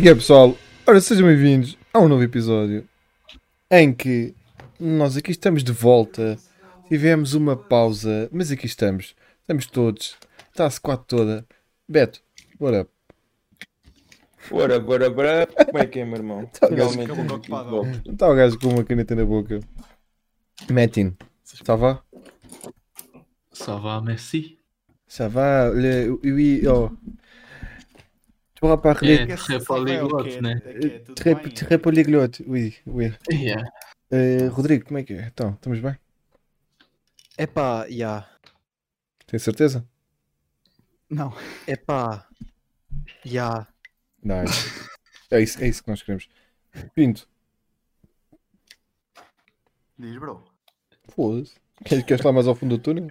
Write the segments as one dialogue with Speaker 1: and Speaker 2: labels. Speaker 1: que é, pessoal? Ora, sejam bem-vindos a um novo episódio em que nós aqui estamos de volta. Tivemos uma pausa, mas aqui estamos. Estamos todos. Está a squad toda. Beto, what up?
Speaker 2: Bora, bora, bora. Como é que é, meu irmão?
Speaker 1: Tá,
Speaker 2: Finalmente.
Speaker 3: gajo, ficou
Speaker 2: aqui
Speaker 3: ocupado.
Speaker 2: de volta.
Speaker 1: Está o gajo com uma caneta na boca. Metin, ça va?
Speaker 3: Ça va, merci.
Speaker 1: Ça va? Le, oui, oh. Tu vas parler
Speaker 3: É, très polyglotte, né?
Speaker 4: É
Speaker 5: É, Eh,
Speaker 1: très, très polyglotte. Oui, oui.
Speaker 3: Yeah.
Speaker 1: Eh, Rodrigo, como é que é? Então, estamos bem?
Speaker 6: Epá, já.
Speaker 1: Tem certeza?
Speaker 6: Não. Epá, já.
Speaker 1: Não, é isso. é isso, é isso que nós queremos. Pinto,
Speaker 4: Diz, bro. O
Speaker 1: foda-se. Queres, queres lá mais ao fundo do túnel?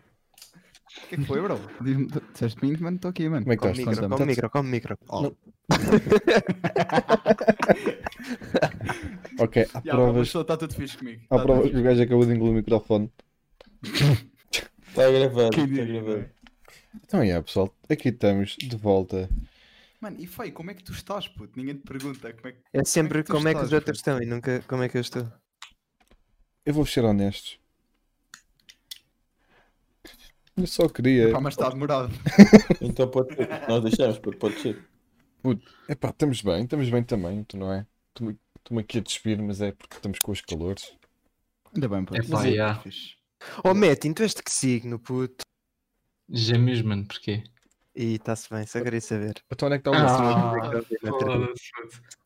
Speaker 4: que é que foi, bro?
Speaker 5: Diz-me, tu- disseste mim, mano, estou aqui, mano.
Speaker 1: Como é que
Speaker 6: Come
Speaker 1: estás?
Speaker 6: micro,
Speaker 5: Conta-me.
Speaker 6: come micro, come micro. Oh,
Speaker 1: Não. Ok, há
Speaker 4: Já,
Speaker 1: provas.
Speaker 4: Está tudo fixe comigo.
Speaker 1: Há
Speaker 4: Tá
Speaker 1: provas
Speaker 4: tudo
Speaker 1: que o gajo acabou de engolir o microfone.
Speaker 2: Está gravado,
Speaker 4: Que
Speaker 2: está
Speaker 4: dia,
Speaker 2: gravado.
Speaker 1: Então é, pessoal, aqui estamos de volta.
Speaker 4: fixe. Mano, e Fei, como é que tu estás, puto? Ninguém te pergunta como é que...
Speaker 6: É sempre
Speaker 4: tu
Speaker 6: como é que os
Speaker 4: estás,
Speaker 6: outros estão e nunca como é que eu estou.
Speaker 1: Eu vou ser honesto. Eu só queria.
Speaker 4: Pá, mas está demorado.
Speaker 2: Então pode ser. Nós deixamos, puto, pode ser.
Speaker 1: Epá, estamos bem, estamos bem também, tu não é? Estou-me estou-me aqui a despir, mas é porque estamos com os calores.
Speaker 5: Ainda bem, pô.
Speaker 3: É pá,
Speaker 5: Mas
Speaker 3: já.
Speaker 5: fixe.
Speaker 6: Oh, Metin, tu és de que signo, puto?
Speaker 3: Gêmeos, mano, porquê?
Speaker 6: E está-se bem, só queria saber.
Speaker 1: Então onde é que está o nosso
Speaker 3: Ah, foda-se.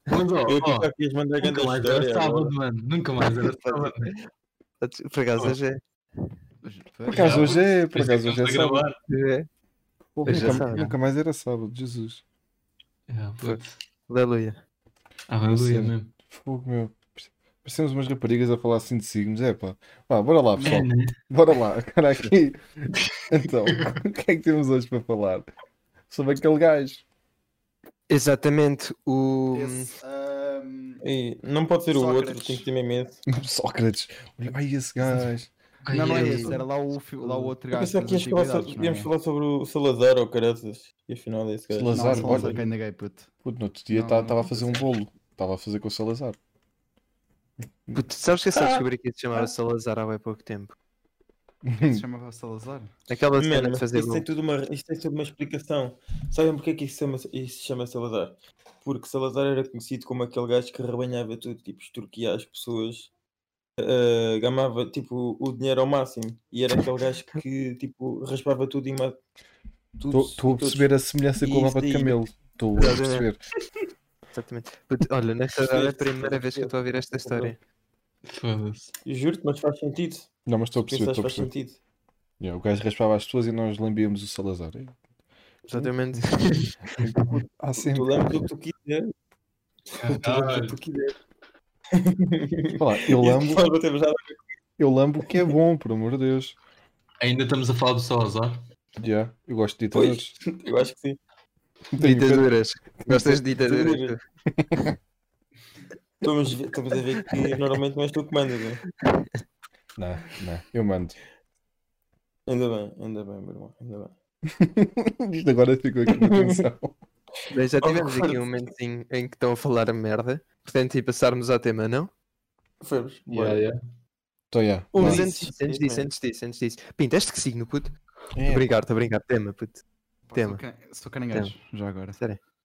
Speaker 3: Mas, ó,
Speaker 2: é Eu
Speaker 3: ó,
Speaker 2: já quis mandar grande
Speaker 3: Nunca mais era
Speaker 2: história.
Speaker 3: sábado,
Speaker 2: agora.
Speaker 3: mano. Nunca mais era sábado.
Speaker 6: Por acaso hoje é.
Speaker 1: Por acaso
Speaker 3: Já,
Speaker 1: hoje é, por
Speaker 3: Depois
Speaker 1: acaso hoje é
Speaker 3: de
Speaker 1: sábado.
Speaker 3: gravar.
Speaker 6: Hoje é.
Speaker 1: Pô,
Speaker 6: Hoje é
Speaker 1: nunca,
Speaker 6: sábado.
Speaker 1: nunca mais era sábado, Jesus.
Speaker 3: Ah, putz.
Speaker 6: Aleluia.
Speaker 3: Aleluia
Speaker 1: Sim.
Speaker 3: mesmo.
Speaker 1: Fogo meu. Parecemos umas raparigas a falar assim de signos, é pá. Vá, bora lá, pessoal.
Speaker 3: É, né?
Speaker 1: Bora lá, cara aqui. Então, o que é que temos hoje para falar? Sobre aquele gajo.
Speaker 6: Exatamente, o.
Speaker 4: Esse, ahm,
Speaker 2: E não pode ser o outro,
Speaker 4: Sócrates.
Speaker 2: tem que ter imenso.
Speaker 1: Sócrates. Olha, ai, esse gajo.
Speaker 3: Ai,
Speaker 5: Não, não é
Speaker 3: eu-
Speaker 5: esse, era lá o, fi- lá o outro
Speaker 2: Eu
Speaker 5: gajo.
Speaker 2: pensava que
Speaker 5: das
Speaker 2: íamos falar,
Speaker 5: antiguidades,
Speaker 2: sobre,
Speaker 5: não é?
Speaker 2: íamos falar sobre o Salazar ou caraças. E afinal é esse gajo.
Speaker 5: Não,
Speaker 1: Salazar,
Speaker 5: Salazar,
Speaker 1: olha.
Speaker 5: que ainda gay, puto.
Speaker 1: Puto, no outro dia
Speaker 5: Não,
Speaker 1: estava
Speaker 5: não
Speaker 1: a fazer um bolo. Estava a fazer com o Salazar.
Speaker 6: Puto, sabes que eu só descobri que se chamava Salazar há bem pouco tempo.
Speaker 4: é
Speaker 5: Se chamava Salazar.
Speaker 6: Aquela cena
Speaker 2: Mano,
Speaker 6: de
Speaker 2: mas
Speaker 6: fazer
Speaker 2: isto, tem
Speaker 6: gol.
Speaker 2: tudo uma, isto tem tudo uma explicação. Sabem porque é que isto se, chama, isto se chama Salazar? Porque Salazar era conhecido como aquele gajo que arrebanhava tudo, tipo, extorquia as pessoas, ah, gamava tipo, o dinheiro ao máximo. E era aquele gajo que tipo, raspava tudo e ma-
Speaker 1: Estou
Speaker 2: tudo.
Speaker 1: a
Speaker 2: todos.
Speaker 1: perceber a semelhança com a
Speaker 2: Isso
Speaker 1: roupa de
Speaker 2: aí.
Speaker 1: camelo. Estou a
Speaker 6: Exatamente.
Speaker 1: perceber.
Speaker 6: Exatamente. Puto, olha, nesta hora é a
Speaker 2: Percebeste?
Speaker 6: primeira vez que eu estou a ouvir esta história.
Speaker 3: Foda-se.
Speaker 2: Juro-te, mas faz sentido.
Speaker 1: Não, mas estou a perceber,
Speaker 2: Pensas,
Speaker 1: estou a
Speaker 2: faz
Speaker 1: perceber.
Speaker 2: sentido.
Speaker 1: Yeah, o gajo raspava as pessoas e nós lambíamos o Salazar.
Speaker 6: Exatamente.
Speaker 1: Ah,
Speaker 2: Tu- Tu
Speaker 1: sempre.
Speaker 2: lembras o que tu quiseres. Tu- Tu lembras o que tu quiseres.
Speaker 1: Olha lá, eu lambo,
Speaker 2: Isto não temos nada
Speaker 1: eu lambo o que é bom, por amor de Deus.
Speaker 3: Ainda estamos a falar do Salazar.
Speaker 1: Yeah, eu gosto de
Speaker 2: Pois.
Speaker 1: ditadores.
Speaker 2: Eu acho que sim.
Speaker 1: Tenho pena-
Speaker 6: Ditaduras. Gostas de ditaduras?
Speaker 2: Ditaduras. Estamos, estamos a ver que normalmente não és tu que mandas, não é?
Speaker 1: Não, não, eu mando.
Speaker 2: Ainda bem, ainda bem, meu irmão, ainda bem.
Speaker 1: Isto agora ficou aqui na tensão.
Speaker 6: Bem, já
Speaker 2: Oh,
Speaker 6: tivemos
Speaker 2: meu
Speaker 6: aqui um momentinho em que estão a falar a merda. Portanto, e passarmos ao tema, não?
Speaker 2: Fomos.
Speaker 3: Yeah,
Speaker 2: bora.
Speaker 3: yeah.
Speaker 1: Então, yeah.
Speaker 2: Um
Speaker 6: Mas
Speaker 2: Sim,
Speaker 6: antes,
Speaker 2: sim,
Speaker 6: disso, antes
Speaker 2: sim,
Speaker 6: disso,
Speaker 2: sim.
Speaker 6: antes disso, antes disso. Pinto, este que signo, puto?
Speaker 1: É,
Speaker 6: Obrigado, estou a brincar. Tema, puto.
Speaker 5: Pá,
Speaker 6: Tema.
Speaker 5: sou ca- Sou caranguejo, já agora.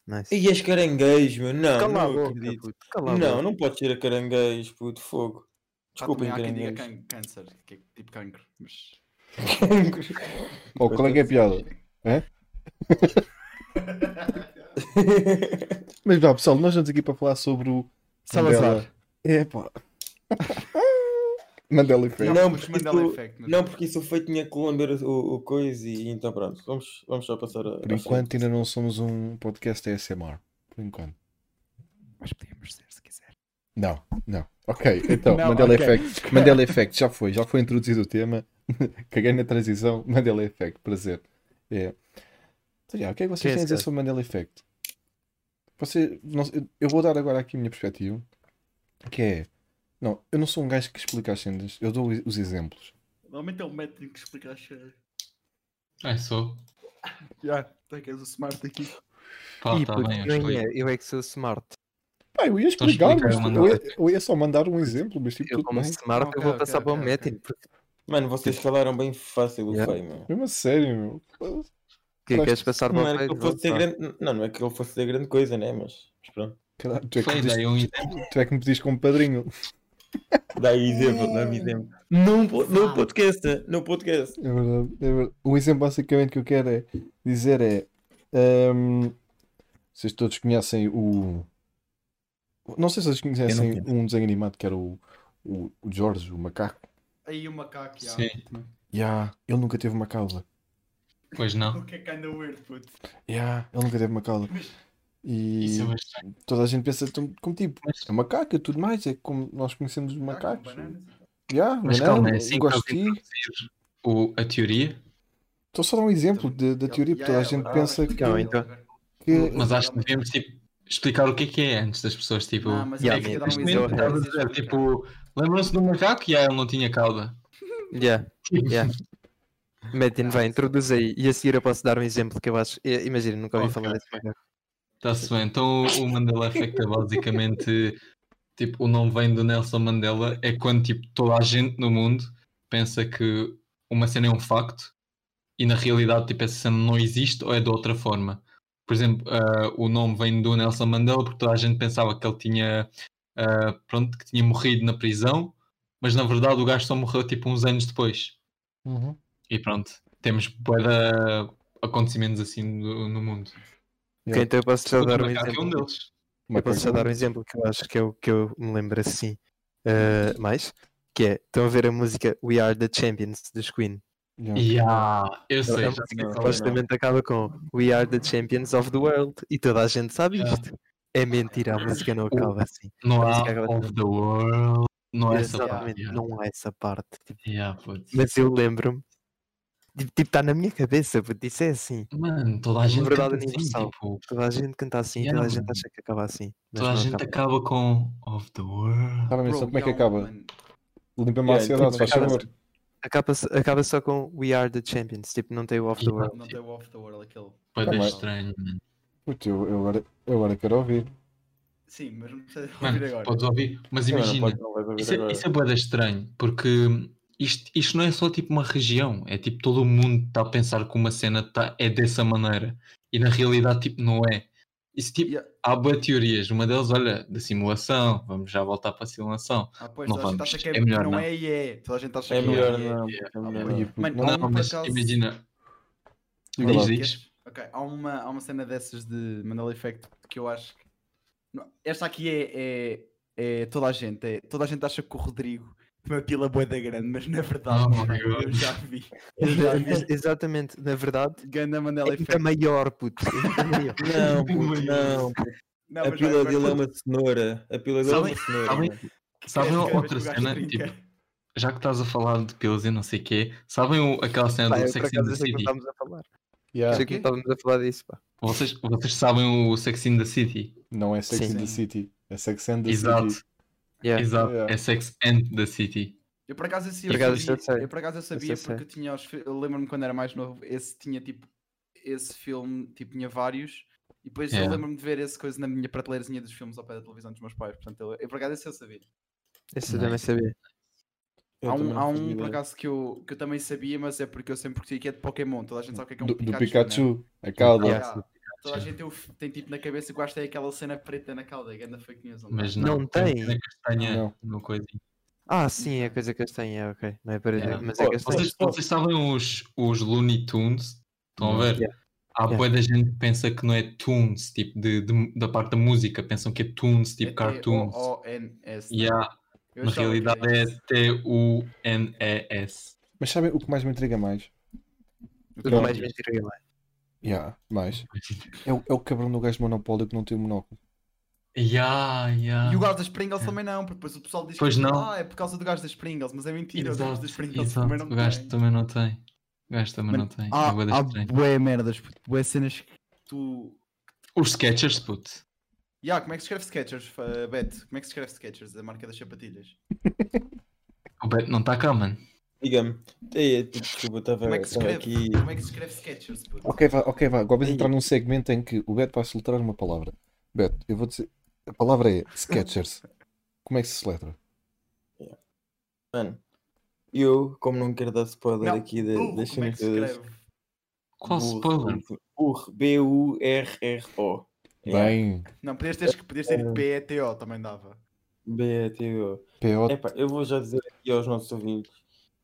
Speaker 6: Nice.
Speaker 2: E as caranguejos, meu? Não,
Speaker 6: Cala a
Speaker 2: não
Speaker 6: boca,
Speaker 2: acredito.
Speaker 6: puto. Cala a
Speaker 2: não,
Speaker 6: boca.
Speaker 2: não pode ser a caranguejo, puto, fogo.
Speaker 4: pá, também
Speaker 2: Desculpem,
Speaker 4: há quem diga
Speaker 2: caranguejos.
Speaker 4: can câncer, que é tipo cancro. Mas...
Speaker 1: Ou qual é que é a piada? Mas vá, pessoal, nós estamos aqui para falar sobre o Mandela. É, pá. Mandela Effect.
Speaker 2: Não,
Speaker 4: mas
Speaker 2: porque
Speaker 4: Mandela
Speaker 2: tu-
Speaker 4: Effect, mas-
Speaker 2: Não, porque isso foi tinha que lamber o, o coisa e então pronto, vamos, vamos só passar a.
Speaker 1: Por enquanto ainda não somos um podcast ASMR. Por enquanto.
Speaker 5: Mas podíamos ser, se quiser.
Speaker 1: Não, não. Ok, então,
Speaker 5: Não,
Speaker 1: Mandela
Speaker 5: ok.
Speaker 1: Effect. Mandela Effect, já foi, já foi introduzido o tema. Caguei na transição. Mandela Effect, prazer. É. Então, já, o que é que vocês
Speaker 6: Quem é
Speaker 1: têm a dizer
Speaker 6: esse
Speaker 1: sobre Mandela Effect? Você, não sei, eu- eu vou dar agora aqui a minha perspectiva, que é. Não, eu não sou um gajo que explica as cenas, eu dou os exemplos.
Speaker 4: Normalmente é um método que explica as coisas.
Speaker 3: Ai, sou.
Speaker 4: Já, tu é que és o smart aqui.
Speaker 3: Pá,
Speaker 6: Ih,
Speaker 3: tá
Speaker 6: puto,
Speaker 3: bem, eu
Speaker 6: não é,
Speaker 3: explico.
Speaker 6: eu é que sou smart.
Speaker 1: Pá, eu ia
Speaker 3: Então
Speaker 1: explicar,
Speaker 3: explica
Speaker 1: mas tipo,
Speaker 3: uma
Speaker 1: eu, ia, eu ia só mandar um exemplo, mas tipo,
Speaker 6: Eu,
Speaker 1: tudo
Speaker 6: como
Speaker 1: bem.
Speaker 6: smart,
Speaker 5: Ok,
Speaker 6: eu vou
Speaker 5: ok,
Speaker 6: passar para o
Speaker 5: ok,
Speaker 6: Metin, porque
Speaker 2: Mano, vocês
Speaker 1: tipo,
Speaker 2: calaram bem fácil o
Speaker 6: Yeah.
Speaker 2: feio, meu.
Speaker 1: Mesmo a sério, meu. Gosto.
Speaker 6: é queres passar para
Speaker 2: Não
Speaker 6: o
Speaker 2: era que ele fosse ter
Speaker 6: Metin?
Speaker 2: grande. Não, não é que ele fosse ter grande coisa, né? Mas, mas pronto.
Speaker 1: Caralho, tu é que
Speaker 3: Foi
Speaker 1: me
Speaker 3: daí
Speaker 1: pediste,
Speaker 3: um exemplo.
Speaker 1: tu é que me pediste como padrinho.
Speaker 2: Dá aí exemplo, dá-me exemplo. Não, po- não podcast, né? não podcast.
Speaker 1: É verdade, é verdade. O exemplo basicamente que eu quero é dizer é. hum, vocês todos conhecem o. Não sei se vocês conhecem um desenho animado que era o, o, o Jorge, o macaco.
Speaker 5: Aí o macaco, já.
Speaker 3: Sim.
Speaker 1: Yeah, ele nunca teve uma causa.
Speaker 3: Pois não.
Speaker 5: O que é que anda weird, puto?
Speaker 1: Yeah, ele nunca teve uma causa. E
Speaker 3: Isso é bastante.
Speaker 1: toda a gente pensa tão- como tipo,
Speaker 3: Mas-
Speaker 1: é macaco e tudo mais, é como nós conhecemos os
Speaker 5: Macaco,
Speaker 1: macacos.
Speaker 5: bananas.
Speaker 1: Yeah,
Speaker 3: Mas
Speaker 1: banana, um
Speaker 3: calma, é assim que
Speaker 1: gosto
Speaker 3: eu
Speaker 1: de ti.
Speaker 3: tenho que produzir o- a teoria.
Speaker 1: Estou só a dar um exemplo
Speaker 5: Então,
Speaker 1: de- da teoria, porque toda a
Speaker 5: Yeah,
Speaker 1: gente
Speaker 5: yeah,
Speaker 1: pensa que, é um
Speaker 6: Então, então.
Speaker 1: que-
Speaker 3: Mas acho que devemos tipo, explicar o que é que é antes das pessoas. Tipo,
Speaker 5: Ah, mas
Speaker 6: Yeah,
Speaker 5: eu queria dar
Speaker 6: mas
Speaker 5: um
Speaker 6: eu-
Speaker 5: exemplo.
Speaker 6: eu-
Speaker 5: mas
Speaker 3: é,
Speaker 5: explica.
Speaker 3: tipo lembram-se do macaco? E ah, ele não tinha cauda.
Speaker 6: Yeah, yeah. Metin, vai, introduz aí. E a seguir eu posso dar um exemplo que eu acho. eh, Imagina, nunca ouvi
Speaker 3: Ok,
Speaker 6: falar desse macaco.
Speaker 3: Está-se bem. Então o Mandela Effect é basicamente tipo, o nome vem do Nelson Mandela. É quando tipo, toda a gente no mundo pensa que uma cena é um facto e na realidade tipo, essa cena não existe ou é de outra forma. Por exemplo, ah, o nome vem do Nelson Mandela porque toda a gente pensava que ele tinha ah, pronto, que tinha morrido na prisão, mas na verdade o gajo só morreu tipo uns anos depois.
Speaker 1: Uhum.
Speaker 3: E pronto, temos boa acontecimentos assim no, no mundo.
Speaker 6: Ok, então eu posso já
Speaker 3: O
Speaker 6: dar um
Speaker 3: macaco é um
Speaker 6: exemplo.
Speaker 3: deles.
Speaker 6: Eu posso já
Speaker 1: Macaco.
Speaker 3: Uhum.
Speaker 6: dar um exemplo que eu acho que eu, que eu me lembro assim eh, mais, que é, estão a ver a música We Are the Champions dos Queen.
Speaker 1: Yeah.
Speaker 3: Yeah, eu sei,
Speaker 6: é
Speaker 3: já
Speaker 6: uma
Speaker 3: sei
Speaker 6: música que
Speaker 3: qual é.
Speaker 6: supostamente acaba com We Are the Champions of the World e toda a gente sabe
Speaker 3: Yeah.
Speaker 6: isto. É mentira, a música não
Speaker 3: O-
Speaker 6: acaba assim.
Speaker 3: Não
Speaker 6: a
Speaker 3: há
Speaker 6: música acaba
Speaker 3: of the world. Não é essa parte.
Speaker 6: Exatamente, não há essa parte. tipo,
Speaker 3: Yeah, putz.
Speaker 6: mas eu lembro-me, tipo, está na minha cabeça, puto, isso é assim.
Speaker 3: Mano, toda a gente
Speaker 6: verdade
Speaker 3: canta assim,
Speaker 6: universal.
Speaker 3: tipo,
Speaker 6: Toda a gente canta assim,
Speaker 3: Yeah,
Speaker 6: toda a gente
Speaker 3: mano.
Speaker 6: acha que acaba assim. mas
Speaker 3: toda a
Speaker 6: não
Speaker 3: gente
Speaker 6: acaba.
Speaker 3: acaba com of the world.
Speaker 1: Estava a pensar
Speaker 5: Bro,
Speaker 1: como é que
Speaker 5: yeah,
Speaker 1: acaba.
Speaker 5: então, mano. então,
Speaker 1: Limpa-me a
Speaker 2: Yeah,
Speaker 1: ansiedade, faz
Speaker 6: acaba-
Speaker 1: favor.
Speaker 6: Acaba, acaba só com We Are the Champions, tipo, não tem o Off the
Speaker 3: Yeah.
Speaker 6: World.
Speaker 5: Não deu off the world aquele.
Speaker 3: Foi
Speaker 1: Calma aí.
Speaker 3: estranho, mano.
Speaker 1: Puta, eu, eu agora, eu agora quero ouvir.
Speaker 5: Sim, mas não precisa ouvir
Speaker 3: Mano,
Speaker 5: agora.
Speaker 3: podes ouvir, mas
Speaker 2: Não, não
Speaker 3: imagina.
Speaker 2: pode- não vais ouvir
Speaker 3: Isso é,
Speaker 2: agora.
Speaker 3: isso é bué da estranho, porque isto, isto não é só tipo uma região, é tipo todo o mundo está a pensar que uma cena tá, é dessa maneira e na realidade tipo não é. Isso tipo,
Speaker 5: Yeah.
Speaker 3: há boas teorias, uma delas, olha, da simulação, vamos já voltar para a simulação.
Speaker 5: Ah, pois,
Speaker 3: Não
Speaker 5: toda a gente
Speaker 3: vamos.
Speaker 5: acha que
Speaker 3: É melhor
Speaker 5: é.
Speaker 3: não.
Speaker 5: Não é e é. Toda a gente acha
Speaker 2: É
Speaker 5: que não
Speaker 2: melhor
Speaker 5: e é.
Speaker 2: não.
Speaker 3: Yeah.
Speaker 2: É melhor
Speaker 5: Mano,
Speaker 1: Ih,
Speaker 2: não.
Speaker 1: puto,
Speaker 5: Mano,
Speaker 1: não,
Speaker 3: Não,
Speaker 5: por
Speaker 3: mas
Speaker 5: acaso-
Speaker 3: imagina,
Speaker 1: diga
Speaker 3: diz,
Speaker 1: lá.
Speaker 3: diz.
Speaker 5: Ok, há uma, há uma cena dessas de Mandela Effect que eu acho que. Não, Esta aqui é, é, é toda a gente. é- toda a gente acha que o Rodrigo tem uma pila boa da grande, mas na verdade
Speaker 3: Oh my
Speaker 5: mano, eu
Speaker 3: God.
Speaker 5: já vi.
Speaker 6: Ex- Exatamente, na verdade,
Speaker 5: Ganda Mandela
Speaker 6: é ainda
Speaker 5: Effect.
Speaker 6: maior, puto. é ainda maior.
Speaker 2: Não, puto, não.
Speaker 5: Não,
Speaker 2: A
Speaker 5: mas vai-
Speaker 2: pila
Speaker 5: vai-
Speaker 2: dele é uma cenoura. A pila dele é
Speaker 3: Sabem-
Speaker 2: uma cenoura.
Speaker 3: sabem-
Speaker 2: mano.
Speaker 5: Cada
Speaker 3: Sabem
Speaker 5: vez
Speaker 3: outra
Speaker 5: que o gajo
Speaker 3: cena,
Speaker 5: trinca.
Speaker 3: tipo, já que estás a falar de pilas e não sei o quê, sabem o- aquela cena
Speaker 6: Pá,
Speaker 3: do
Speaker 6: eu, por
Speaker 3: Sex and
Speaker 6: acaso,
Speaker 3: the
Speaker 6: achei que não
Speaker 3: City?
Speaker 6: estávamos a falar.
Speaker 1: Yeah,
Speaker 6: Achei que não estávamos a falar disso, pá.
Speaker 3: Vocês, vocês sabem o Sex in the City?
Speaker 1: Não é Sex
Speaker 6: Sim.
Speaker 1: in the City. É Sex and the
Speaker 3: Exato,
Speaker 1: City.
Speaker 6: Yeah.
Speaker 3: exato,
Speaker 1: Yeah.
Speaker 3: é Sex and the City.
Speaker 5: Eu por acaso assim,
Speaker 6: Por
Speaker 5: eu,
Speaker 6: acaso,
Speaker 5: sabia-
Speaker 6: eu sei.
Speaker 5: eu por acaso eu sabia
Speaker 6: eu sei.
Speaker 5: porque eu tinha os fi- eu lembro-me quando era mais novo, esse tinha tipo esse filme, tipo tinha vários e depois eu
Speaker 3: Yeah.
Speaker 5: lembro-me de ver esse coisa na minha prateleirazinha dos filmes ao pé da televisão dos meus pais, portanto eu, eu por acaso esse eu sabia.
Speaker 6: Isso eu também
Speaker 3: Nice.
Speaker 6: sabia.
Speaker 2: Eu
Speaker 5: há
Speaker 2: também
Speaker 5: um,
Speaker 2: não
Speaker 5: há
Speaker 2: fazia
Speaker 5: um por
Speaker 2: ideia.
Speaker 5: acaso que eu, que eu também sabia, mas é porque eu sempre curti que é de Pokémon, toda a
Speaker 3: Hum.
Speaker 5: gente sabe o que é que é um
Speaker 1: Do, do
Speaker 5: Pikachu, né?
Speaker 1: Pikachu, a cauda.
Speaker 6: Yeah.
Speaker 5: Yeah. Toda a gente tem, o f- tem tipo na cabeça que gosta é aquela cena preta na cauda, ganda fake news. não é?
Speaker 3: Mas
Speaker 6: Não
Speaker 3: não,
Speaker 6: tem.
Speaker 3: uma castanha
Speaker 1: Não.
Speaker 3: no coisinho.
Speaker 6: Ah, sim, é a coisa castanha, ok. Não é para
Speaker 3: Yeah.
Speaker 6: mas é
Speaker 2: Oh,
Speaker 6: castanha.
Speaker 3: Vocês, vocês sabem os, os Looney Tunes? Estão a ver?
Speaker 6: Yeah.
Speaker 3: Há
Speaker 6: Yeah.
Speaker 3: boa da gente que pensa que não é Tunes, tipo, de, de- da parte da música, pensam que é Tunes, tipo cartoons.
Speaker 5: T-O-O-N-S.
Speaker 3: E há,
Speaker 5: né? Eu
Speaker 3: na
Speaker 5: achava que era
Speaker 3: realidade é T-U-N-E-S.
Speaker 1: Mas sabem o que mais me intriga mais?
Speaker 6: O que
Speaker 1: Não.
Speaker 6: mais me intriga lá.
Speaker 1: Yeah, mais. É o, é o cabrão do gajo do monopólio que não tem o monóculo.
Speaker 3: Ya, ya.
Speaker 5: E o gajo das Pringles também não, porque depois o pessoal diz
Speaker 3: É. Pois
Speaker 5: que
Speaker 3: não.
Speaker 5: ah, é por causa do gajo das Pringles, mas é mentira, o gajo
Speaker 3: Exato,
Speaker 5: das Pringles também
Speaker 3: exato.
Speaker 5: não
Speaker 3: O gajo
Speaker 5: tem.
Speaker 3: também não tem. O gajo também não tem. É bué da estranho.
Speaker 5: bué merdas, puto, bué cenas que tu...
Speaker 3: Os Skechers, puto.
Speaker 5: Ya, como é que se escreve Skechers, fa- Beto? Como é que se escreve Skechers, a marca das sapatilhas?
Speaker 3: O Beto não está cá, mano.
Speaker 2: Diga-me. Ei, eu- Desculpa, eu
Speaker 5: Como é que se
Speaker 2: estava
Speaker 5: escreve?
Speaker 2: aqui.
Speaker 5: Como é que se escreve Skechers, puto?
Speaker 1: Ok, vá, ok, vá. Agora vamos entrar num segmento em que o Beto vai soltar uma palavra. Beto, eu vou dizer. A palavra é Sketchers. Como é que se letra?
Speaker 2: Mano, eu, como não quero dar spoiler
Speaker 5: Não,
Speaker 6: Uh,
Speaker 2: aqui da-
Speaker 5: Burro,
Speaker 2: das
Speaker 5: como é que
Speaker 2: cenas
Speaker 5: se
Speaker 2: todas.
Speaker 5: escreve?
Speaker 3: Qual spoiler?
Speaker 2: Burro, B-U-R-R-O.
Speaker 1: Bem,
Speaker 5: Não, podias ter, podias ter
Speaker 6: Uh,
Speaker 5: ido PETO, também dava.
Speaker 2: B-A-T-O.
Speaker 1: P.O.
Speaker 2: Epá, eu vou já dizer aqui aos nossos ouvintes.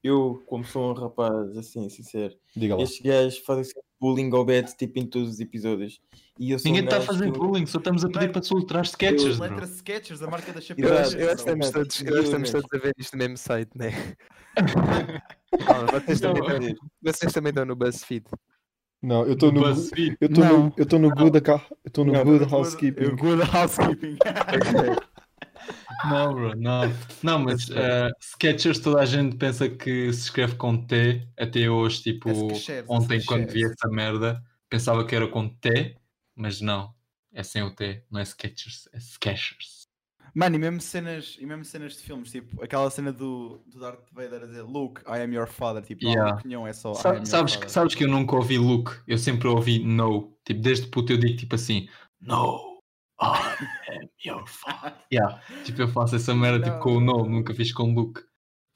Speaker 2: Eu, como sou um rapaz, assim, sincero,
Speaker 1: Diga lá.
Speaker 2: estes gajos fazem sempre bullying ao Beto, tipo, em todos os episódios. E eu sou
Speaker 3: Ninguém
Speaker 2: um
Speaker 3: está a
Speaker 2: gajo
Speaker 3: fazer
Speaker 2: que-
Speaker 3: bullying, só estamos a pedir
Speaker 5: Mano,
Speaker 3: para soltar sketches,
Speaker 5: Letra
Speaker 3: bro.
Speaker 5: Sketchers, a marca das
Speaker 6: Eu
Speaker 5: chapéus.
Speaker 6: acho, eu acho que estamos todos, eu acho que estamos todos a ver isto no mesmo site, né? Calma, vocês,
Speaker 3: Não,
Speaker 6: também estão, vocês também estão no BuzzFeed.
Speaker 1: Não, eu estou no.
Speaker 3: BuzzFeed.
Speaker 1: Eu estou no, eu tô no good, acca- eu estou no
Speaker 6: é
Speaker 2: Não,
Speaker 1: good
Speaker 5: Good-
Speaker 1: housekeeping.
Speaker 5: Good Housekeeping.
Speaker 3: Não, bro, não. Não, mas
Speaker 5: é
Speaker 3: eh, Skechers toda a gente pensa que se escreve com T, até hoje, tipo,
Speaker 5: É Skechers, é
Speaker 3: ontem quando
Speaker 5: Skechers.
Speaker 3: vi essa merda, pensava que era com T, mas não, é sem o T, não é Skechers, é Skechers.
Speaker 5: Mano, e mesmo cenas, e mesmo cenas de filmes, tipo aquela cena do, do Darth Vader a dizer Luke, I am your father, tipo, não há
Speaker 3: Yeah.
Speaker 5: opinião, é só I
Speaker 3: Sa-
Speaker 5: am your
Speaker 3: sabes, que-
Speaker 5: father.
Speaker 3: sabes que eu nunca ouvi look, eu sempre ouvi no. Tipo, desde puto eu digo tipo assim, no, I am your father. Yeah, Tipo, eu faço essa merda tipo, com o no, nunca fiz com look.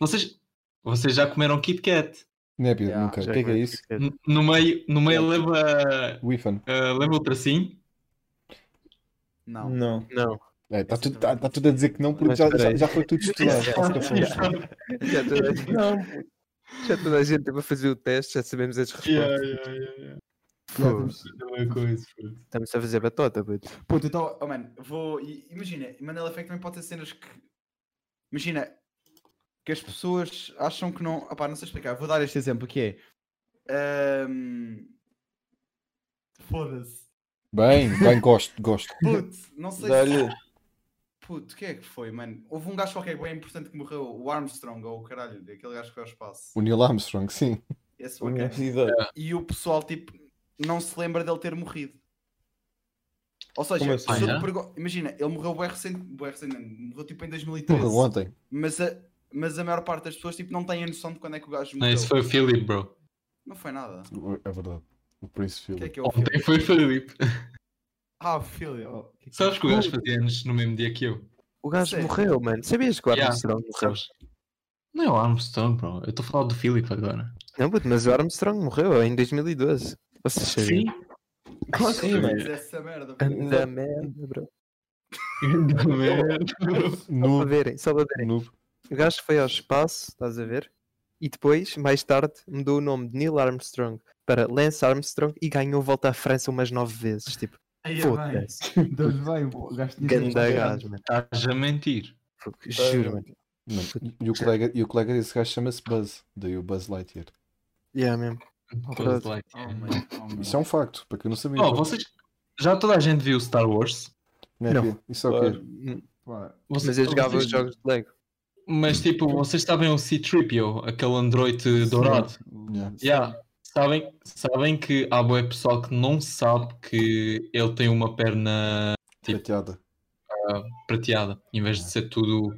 Speaker 3: Vocês, vocês já comeram Kit Kat?
Speaker 1: Népia,
Speaker 5: Yeah,
Speaker 1: nunca. O
Speaker 6: Já
Speaker 1: que é que é isso?
Speaker 6: que-
Speaker 3: N- No meio, no meio leva,
Speaker 1: Wifan.
Speaker 3: ah, leva o tracinho?
Speaker 5: Não.
Speaker 2: Não.
Speaker 6: Não.
Speaker 1: Está tudo, tá- tá tudo a dizer que não, porque
Speaker 6: Mas
Speaker 1: já,
Speaker 6: espera
Speaker 1: já,
Speaker 6: aí.
Speaker 1: já foi tudo estudado.
Speaker 6: Yeah. Já toda, a gente- já toda a gente teve a fazer o teste, já sabemos as respostas. Pô, estamos a fazer batota, puto.
Speaker 5: Puto, então, oh, mano, vou. i- Imagina, Mandela Effect também pode ter cenas que. Imagina, que as pessoas acham que não. Opá, não sei explicar, vou dar este exemplo que é. ahm, Foda-se.
Speaker 1: Bem, bem, gosto, gosto.
Speaker 5: Puto, não sei se.
Speaker 2: Olha,
Speaker 5: Puto, quem é que foi, mano? Houve um gajo qualquer bem importante que morreu, o Armstrong, ou o caralho, aquele gajo que foi ao espaço.
Speaker 1: O Neil Armstrong, sim.
Speaker 5: Esse foi quem?
Speaker 2: universidade.
Speaker 5: E o pessoal, tipo, não se lembra dele ter morrido. Ou
Speaker 2: Como
Speaker 5: seja,
Speaker 2: assim?
Speaker 5: se eu te
Speaker 3: Ah, é?
Speaker 5: pergo- imagina, ele morreu bem recente, bem recente, não, morreu tipo em 2013.
Speaker 1: Morreu ontem.
Speaker 5: Mas a, mas a maior parte das pessoas, tipo, não tem a noção de quando é que o gajo
Speaker 3: Não,
Speaker 5: morreu.
Speaker 3: isso foi o Philip, bro.
Speaker 5: Não foi nada.
Speaker 1: É verdade. O Prince
Speaker 5: O que é
Speaker 1: Philip.
Speaker 5: que é o
Speaker 3: Ontem
Speaker 5: filho?
Speaker 3: foi o Philip.
Speaker 5: Ah, o filho. oh, que-
Speaker 3: Sabes que é? o gajo fazia anos no mesmo dia que eu?
Speaker 6: O gajo
Speaker 5: Sério?
Speaker 6: morreu, mano. Sabias que o
Speaker 3: Yeah.
Speaker 6: Armstrong morreu?
Speaker 3: Sabes? Não é o Armstrong, bro. Eu estou a falar do Philip agora.
Speaker 6: Não, puto, mas o Armstrong morreu em 2012. Vocês sabiam?
Speaker 5: Claro que
Speaker 2: Sim,
Speaker 5: tu
Speaker 2: mano.
Speaker 5: dizes essa merda. puto.
Speaker 6: Anda merda, bro. Só para
Speaker 1: Noob,
Speaker 6: verem, só para verem.
Speaker 1: noob.
Speaker 6: O gajo foi ao espaço, estás a ver? E depois, mais tarde, mudou o nome de Neil Armstrong para Lance Armstrong e ganhou volta à França umas nove vezes. Tipo,
Speaker 5: Ai, bem.
Speaker 6: foda-se.
Speaker 5: Deus bem, o gajo tinha sido
Speaker 6: Ganda
Speaker 5: bem.
Speaker 6: gajo, mano.
Speaker 3: Estás a mentir.
Speaker 6: Fogo, Juro, mano.
Speaker 5: um
Speaker 1: Não, E o colega, e o colega desse gajo chama-se Buzz. Daí o Buzz Lightyear.
Speaker 6: Yeah, mesmo.
Speaker 3: Buzz
Speaker 5: Oh,
Speaker 3: Lightyear.
Speaker 5: mano, oh, mano.
Speaker 1: Isso é um facto, para quem não sabia.
Speaker 3: Oh, vocês. Já toda a gente viu Star Wars.
Speaker 1: Népia, Isso é o quê?
Speaker 5: Pá,
Speaker 3: Vocês-
Speaker 6: Mas eu jogava os
Speaker 3: vocês-
Speaker 6: jogos de Lego.
Speaker 3: Mas tipo, vocês sabem o C-3PO, aquele androide dourado.
Speaker 1: Yeah.
Speaker 3: Yeah. Sabem, sabem que há boa pessoal que não sabe que ele tem uma perna Tipo-
Speaker 1: Chateada.
Speaker 3: prateada, em vez de ser tudo,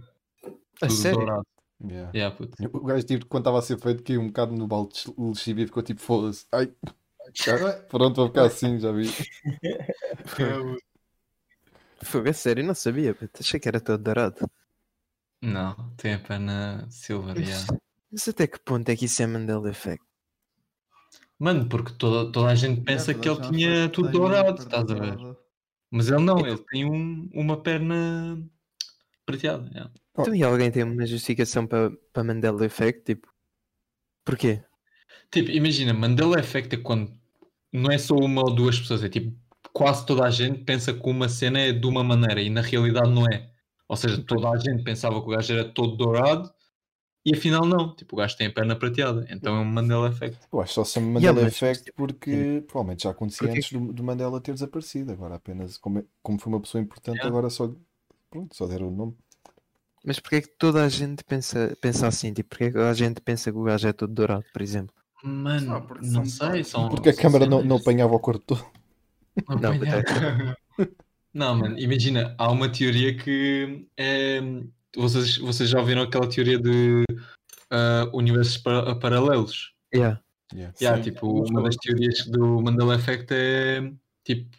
Speaker 6: A
Speaker 3: tudo
Speaker 6: sério?
Speaker 3: dourado.
Speaker 1: Yeah.
Speaker 3: Yeah, puto.
Speaker 1: O gajo, tipo, quando estava a ser feito, caiu um bocado no balde de lexívia e ficou tipo, foda-se. Ai,
Speaker 3: Tá
Speaker 1: pronto, vou ficar assim, já vi.
Speaker 6: Fogo, a sério, eu não sabia, puto. Achei que era todo dourado.
Speaker 3: Não, tem a perna silver. Yeah.
Speaker 6: Mas até que ponto é que isso é Mandela Effect?
Speaker 3: Mano, porque toda, toda a gente pensa
Speaker 5: toda
Speaker 3: que
Speaker 5: a
Speaker 3: ele
Speaker 5: gente
Speaker 3: tinha
Speaker 5: pensa que
Speaker 3: tudo
Speaker 5: tem
Speaker 3: dourado,
Speaker 5: tudo
Speaker 3: estás a ver?
Speaker 5: dourado.
Speaker 3: Mas ele não, ele tem um- uma perna prateada. yeah.
Speaker 1: Oh.
Speaker 6: Então, e alguém tem uma justificação para para Mandela Effect? Tipo, porquê?
Speaker 3: Tipo, imagina, Mandela Effect é quando não é só uma ou duas pessoas, é tipo, quase toda a gente pensa que uma cena é de uma maneira e na realidade não é. Ou seja, toda a gente pensava que o gajo era todo dourado e afinal não. Tipo, o gajo tem a perna prateada, então é um Mandela Effect.
Speaker 1: Eu acho que só se chama Mandela
Speaker 6: mas- é-
Speaker 1: Effect porque provavelmente já acontecia
Speaker 6: Porque-
Speaker 1: antes do, do Mandela ter desaparecido. Agora apenas, como, é- como foi uma pessoa importante,
Speaker 3: Yeah.
Speaker 1: agora só, pronto, só deram o nome.
Speaker 6: Mas porquê é que toda a gente pensa, pensa assim? Tipo, porquê é que toda a gente pensa que o gajo é todo dourado, por exemplo?
Speaker 3: Mano,
Speaker 5: Ah, porque
Speaker 3: não
Speaker 5: são
Speaker 3: sei,
Speaker 5: dourados.
Speaker 3: são-
Speaker 1: Porque a
Speaker 3: são
Speaker 1: câmara não,
Speaker 3: cenas-
Speaker 1: não apanhava o corpo todo.
Speaker 3: Não,
Speaker 6: Não,
Speaker 3: apanhava.
Speaker 5: então-
Speaker 3: Não, mano, imagina, há uma teoria que é. Vocês, vocês já ouviram aquela teoria de ah, universos para- paralelos?
Speaker 6: Yeah.
Speaker 1: Yeah.
Speaker 3: Yeah,
Speaker 2: Sim,
Speaker 3: é, tipo, uma das teorias do Mandela Effect é tipo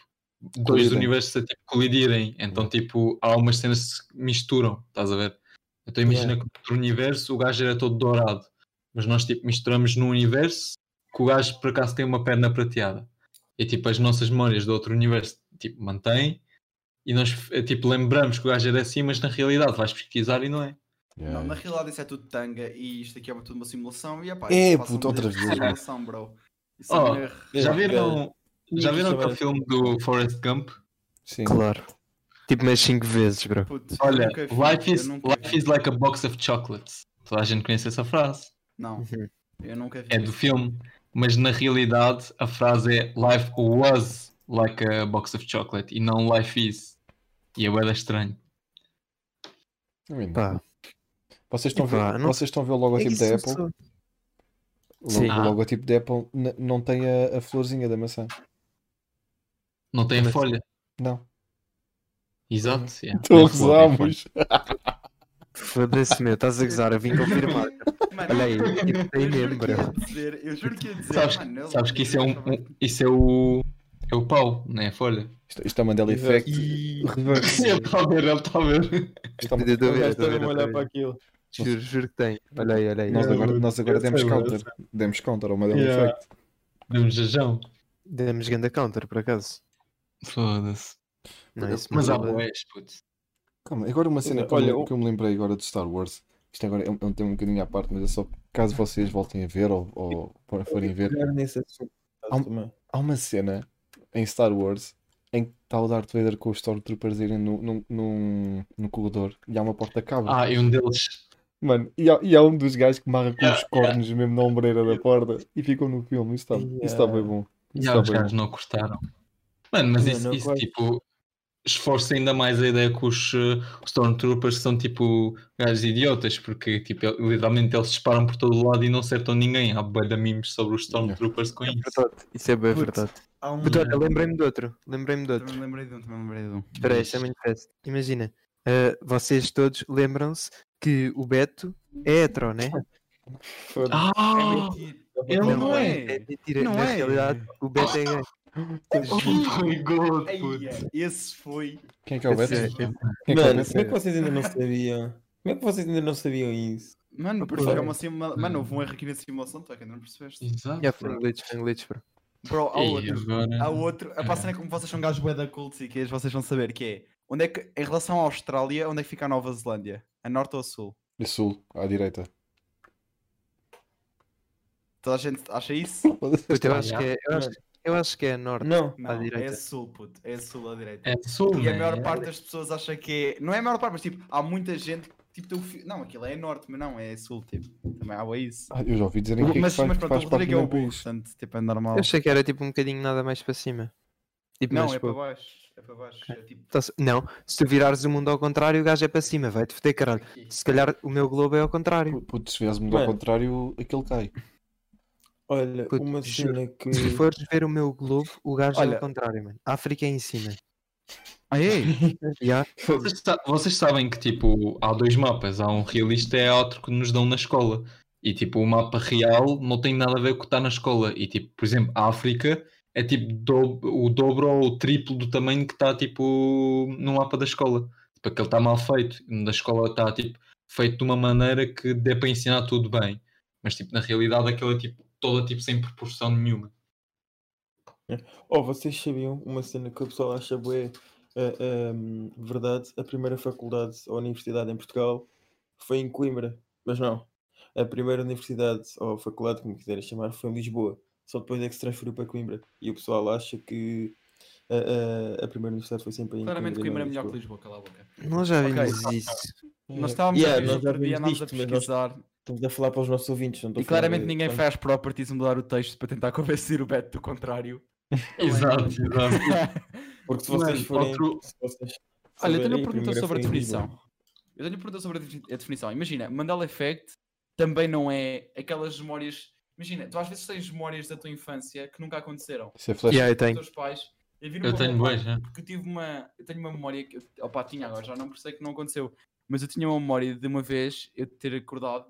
Speaker 3: dois universos a tipo, colidirem. Então, tipo, há umas cenas que se misturam, estás a ver? Então, imagina que no outro universo o gajo era todo dourado, mas nós, tipo, misturamos num universo que o gajo por acaso tem uma perna prateada. E, tipo, as nossas memórias do outro universo, tipo, mantém. E nós, eh, tipo, lembramos que o gajo era assim, mas na realidade vais pesquisar e não é.
Speaker 5: Não, na realidade isso é tudo tanga e isto aqui é tudo uma simulação e epá,
Speaker 1: É,
Speaker 5: isso passa
Speaker 1: puto,
Speaker 5: uma
Speaker 1: outra vez.
Speaker 5: Simulação, bro. Isso
Speaker 3: Oh.
Speaker 5: é um erro.
Speaker 3: Já
Speaker 2: É,
Speaker 3: viram, já viram
Speaker 2: Sim, é
Speaker 3: aquele filme do Forrest Gump?
Speaker 1: Sim.
Speaker 6: Claro. Tipo, mais 5 vezes, bro.
Speaker 5: Puto, eu
Speaker 3: Olha,
Speaker 5: nunca vi,
Speaker 3: life
Speaker 5: eu
Speaker 3: is,
Speaker 5: nunca
Speaker 3: life
Speaker 5: vi.
Speaker 3: is like a box of chocolates. Toda a gente conhece essa frase.
Speaker 5: Não, eu nunca vi.
Speaker 3: É do filme. Mas na realidade a frase é Life was like a box of chocolate e não life is. E é bem estranho.
Speaker 6: Pá,
Speaker 5: É
Speaker 1: Vocês estão a
Speaker 6: Epá,
Speaker 1: ver,
Speaker 6: não-
Speaker 1: vocês estão a ver o logotipo
Speaker 6: isso
Speaker 1: da
Speaker 6: é
Speaker 1: Apple?
Speaker 6: só-
Speaker 1: O
Speaker 6: Sim.
Speaker 1: logo-
Speaker 3: Ah.
Speaker 1: O logotipo da Apple n- não tem a, a florzinha da maçã.
Speaker 3: Não tem a
Speaker 6: Mas-
Speaker 3: folha.
Speaker 1: Não.
Speaker 3: Exato. yeah.
Speaker 1: Então
Speaker 3: Não tem folha, é folha.
Speaker 1: usamos.
Speaker 6: Foda-se, meu. Estás a gozar. Eu vim confirmar.
Speaker 5: Mano,
Speaker 6: Olha aí. Tipo, tem
Speaker 5: eu
Speaker 6: mesmo,
Speaker 5: juro que
Speaker 6: bro.
Speaker 5: ia dizer, eu juro que ia dizer,
Speaker 3: Sabes,
Speaker 5: mano, eu-
Speaker 3: sabes que isso é, um,
Speaker 5: eu-
Speaker 3: um- isso é o. É o pau, não é a folha.
Speaker 1: Isto, isto é uma Mandela
Speaker 2: Exato.
Speaker 1: Effect.
Speaker 2: E-
Speaker 1: Reverse.
Speaker 3: Ele está a ver, ele está a ver.
Speaker 1: Isto é uma-
Speaker 6: Eu tô a
Speaker 2: O
Speaker 6: ver,
Speaker 2: gajo
Speaker 6: eu tô
Speaker 2: está
Speaker 6: a ver,
Speaker 2: a
Speaker 6: eu tô a
Speaker 2: olhar
Speaker 6: ver.
Speaker 2: para aquilo.
Speaker 6: Juro, juro que tem. Olha aí, olha aí.
Speaker 1: Nós
Speaker 2: Eu-
Speaker 1: agora, nós agora
Speaker 2: eu
Speaker 1: demos
Speaker 2: sei, eu
Speaker 1: counter. Demos counter ao Mandela
Speaker 2: Yeah.
Speaker 1: Effect.
Speaker 3: Deu-me jajão.
Speaker 6: Demos ganda counter, por acaso.
Speaker 3: Foda-se.
Speaker 6: Não, é isso
Speaker 3: Mas há
Speaker 6: muda.
Speaker 3: boés, puto.
Speaker 1: Calma, agora uma cena que,
Speaker 2: Olha,
Speaker 1: eu,
Speaker 2: o-
Speaker 1: que eu me lembrei agora de Star Wars. Isto agora é um, é um tema um bocadinho à parte, mas é só caso vocês voltem a ver ou, ou forem- forem ver.
Speaker 2: Pegar nesse assunto.
Speaker 1: Há um-
Speaker 2: também.
Speaker 1: Há uma cena em Star Wars em que está o Darth Vader com os Stormtroopers irem no, num- num- no corredor e há uma porta que abre.
Speaker 3: Ah, e um deles
Speaker 1: Mano, e há, e há um dos gajos que marra com
Speaker 3: Yeah,
Speaker 1: os cornos mesmo na ombreira da porta e ficam no filme. Isso está isso tá bem bom. Isso
Speaker 3: Já
Speaker 1: tá
Speaker 3: os
Speaker 1: bem
Speaker 3: caras não cortaram. Mano, mas
Speaker 2: Não,
Speaker 3: isso,
Speaker 2: não
Speaker 3: isso,
Speaker 2: corto.
Speaker 3: tipo, esforça ainda mais a ideia que os eh, Stormtroopers são tipo gajos idiotas, porque tipo, el- literalmente eles disparam por todo o lado e não acertam ninguém. Há bué de memes sobre os Stormtroopers com isso.
Speaker 6: Verdade, Isso é bem
Speaker 5: Puto.
Speaker 6: verdade.
Speaker 5: Há um-
Speaker 6: Puto, olha, lembrei-me de outro. Lembrei-me de outro.
Speaker 5: Também me lembrei de um, também me lembrei de um.
Speaker 6: Espera aí, isto é muito fácil. Imagina, ah, vocês todos lembram-se que o Beto é hetero, né?
Speaker 2: Foda-se.
Speaker 3: Ah!
Speaker 5: É mentira.
Speaker 3: Ele não,
Speaker 5: Não
Speaker 3: é!
Speaker 5: é.
Speaker 6: mentira,
Speaker 5: Não
Speaker 6: na
Speaker 5: é.
Speaker 6: realidade o Beto é gay.
Speaker 3: Oh my god!
Speaker 5: Ai,
Speaker 3: puto.
Speaker 5: Esse foi.
Speaker 1: Quem é que é o Beto?
Speaker 6: Esse é-
Speaker 1: Quem é que é o
Speaker 2: Mano,
Speaker 1: Beto?
Speaker 2: como é que vocês ainda não sabiam? Como é que vocês ainda não sabiam isso?
Speaker 5: Mano, por isso é uma simulação. Mano, houve um erro aqui na simulação, tu é que ainda não percebeste.
Speaker 3: Exato.
Speaker 6: É fanglitch, fanglitch, bro.
Speaker 5: Bro, há
Speaker 3: E
Speaker 5: outro.
Speaker 3: agora-
Speaker 5: Há outro. A passando é como vocês são gajos bué da cultos e que vocês vão saber que é. Onde é que, em relação à Austrália, onde é que fica a Nova Zelândia? A norte ou a sul?
Speaker 1: É sul, à direita.
Speaker 5: Toda a gente acha isso?
Speaker 6: Puto, eu
Speaker 3: Ah,
Speaker 6: acho
Speaker 3: já.
Speaker 6: que é, eu acho, eu acho que é norte.
Speaker 2: Não.
Speaker 5: Não, é
Speaker 6: direita.
Speaker 5: a sul, puto. É a sul à direita.
Speaker 3: É sul,
Speaker 5: E a
Speaker 3: né?
Speaker 5: maior parte das pessoas acha que é. Não é a maior parte, mas tipo, há muita gente que tipo, tem o fi- Não, aquilo é norte, mas não, é sul, tipo. Também há bué isso.
Speaker 1: Ah, eu já ouvi dizerem que é que
Speaker 5: mas,
Speaker 1: faz,
Speaker 5: mas pronto,
Speaker 1: faz
Speaker 5: o
Speaker 1: parte
Speaker 5: Rodrigo é
Speaker 1: do
Speaker 5: o
Speaker 1: meu
Speaker 5: burro,
Speaker 1: país.
Speaker 5: portanto, tipo, é normal.
Speaker 6: Eu achei que era tipo um bocadinho nada mais para cima. Tipo,
Speaker 5: Não,
Speaker 6: mas,
Speaker 5: é
Speaker 6: pô,
Speaker 5: para baixo. É para baixo. É tipo.
Speaker 6: tá-se- não, se tu virares o mundo ao contrário, o gajo é para cima, vai-te foder, caralho.
Speaker 5: aqui.
Speaker 6: Se calhar o meu globo é ao contrário.
Speaker 1: Puto, se vieres mudar ao
Speaker 2: Mano.
Speaker 1: contrário, aquilo cai.
Speaker 2: Olha,
Speaker 6: Puto,
Speaker 2: uma
Speaker 6: juro.
Speaker 2: cena que.
Speaker 6: Se fores ver o meu globo, o gajo é
Speaker 2: Olha.
Speaker 6: ao contrário, mano. A África é em cima.
Speaker 5: Ah, é?
Speaker 6: Já?
Speaker 3: Vocês, sa- vocês sabem que tipo há dois mapas, há um realista e há outro que nos dão na escola. E tipo, o mapa real não tem nada a ver com o que está na escola. E tipo, por exemplo, a África é tipo do- o dobro ou o triplo do tamanho que está tipo no mapa da escola. Tipo, aquele está mal feito. No Da escola está tipo feito de uma maneira que dê para ensinar tudo bem. Mas tipo, na realidade aquele é tipo toda tipo sem proporção nenhuma.
Speaker 2: Oh, vocês sabiam uma cena que o pessoal acha bué ah, ahm, verdade? A primeira faculdade ou universidade em Portugal foi em Coimbra, mas não. A primeira universidade ou faculdade, como quiserem chamar, foi em Lisboa. Só depois é que se transferiu para Coimbra. E o pessoal acha que ah, ah, a primeira universidade foi sempre em
Speaker 5: Claramente
Speaker 2: Coimbra.
Speaker 5: Coimbra
Speaker 2: e
Speaker 5: é
Speaker 2: não em
Speaker 5: melhor que
Speaker 2: Lisboa.
Speaker 5: Lisboa, cala a boca.
Speaker 6: Nós já
Speaker 5: Ok.
Speaker 6: vimos isso.
Speaker 5: Nós estávamos
Speaker 2: Yeah,
Speaker 5: a ver
Speaker 2: nós já
Speaker 5: outro dia,
Speaker 2: vimos
Speaker 5: andámos a
Speaker 2: disto, mas nós-
Speaker 5: pesquisar.
Speaker 2: Estamos a falar para os nossos ouvintes, não estou
Speaker 5: E
Speaker 2: a falar
Speaker 5: claramente
Speaker 2: de-
Speaker 5: ninguém
Speaker 2: Pronto.
Speaker 5: faz properties a mudar o texto para tentar convencer o Beto do contrário.
Speaker 3: Exato, exato.
Speaker 2: Porque se
Speaker 3: Mano,
Speaker 2: vocês forem.
Speaker 3: outro-
Speaker 2: se vocês
Speaker 5: Olha, eu
Speaker 2: souberem,
Speaker 5: tenho uma pergunta
Speaker 2: primeira é
Speaker 5: sobre a
Speaker 2: foi em Lisboa.
Speaker 5: definição. Eu tenho uma pergunta sobre a defini- a definição. Imagina, Mandela Effect também não é aquelas memórias. Imagina, tu às vezes tens memórias da tua infância que nunca aconteceram.
Speaker 1: Isso é flash.
Speaker 6: Já, eu
Speaker 5: Os
Speaker 6: tenho.
Speaker 5: teus pais. Eu, vi no
Speaker 3: Eu
Speaker 5: meu
Speaker 3: tenho
Speaker 5: pai,
Speaker 3: boas, né?
Speaker 5: Porque eu tive uma. Eu tenho uma memória que. eu- Opa, tinha agora, já não sei que não aconteceu. Mas eu tinha uma memória de uma vez eu ter acordado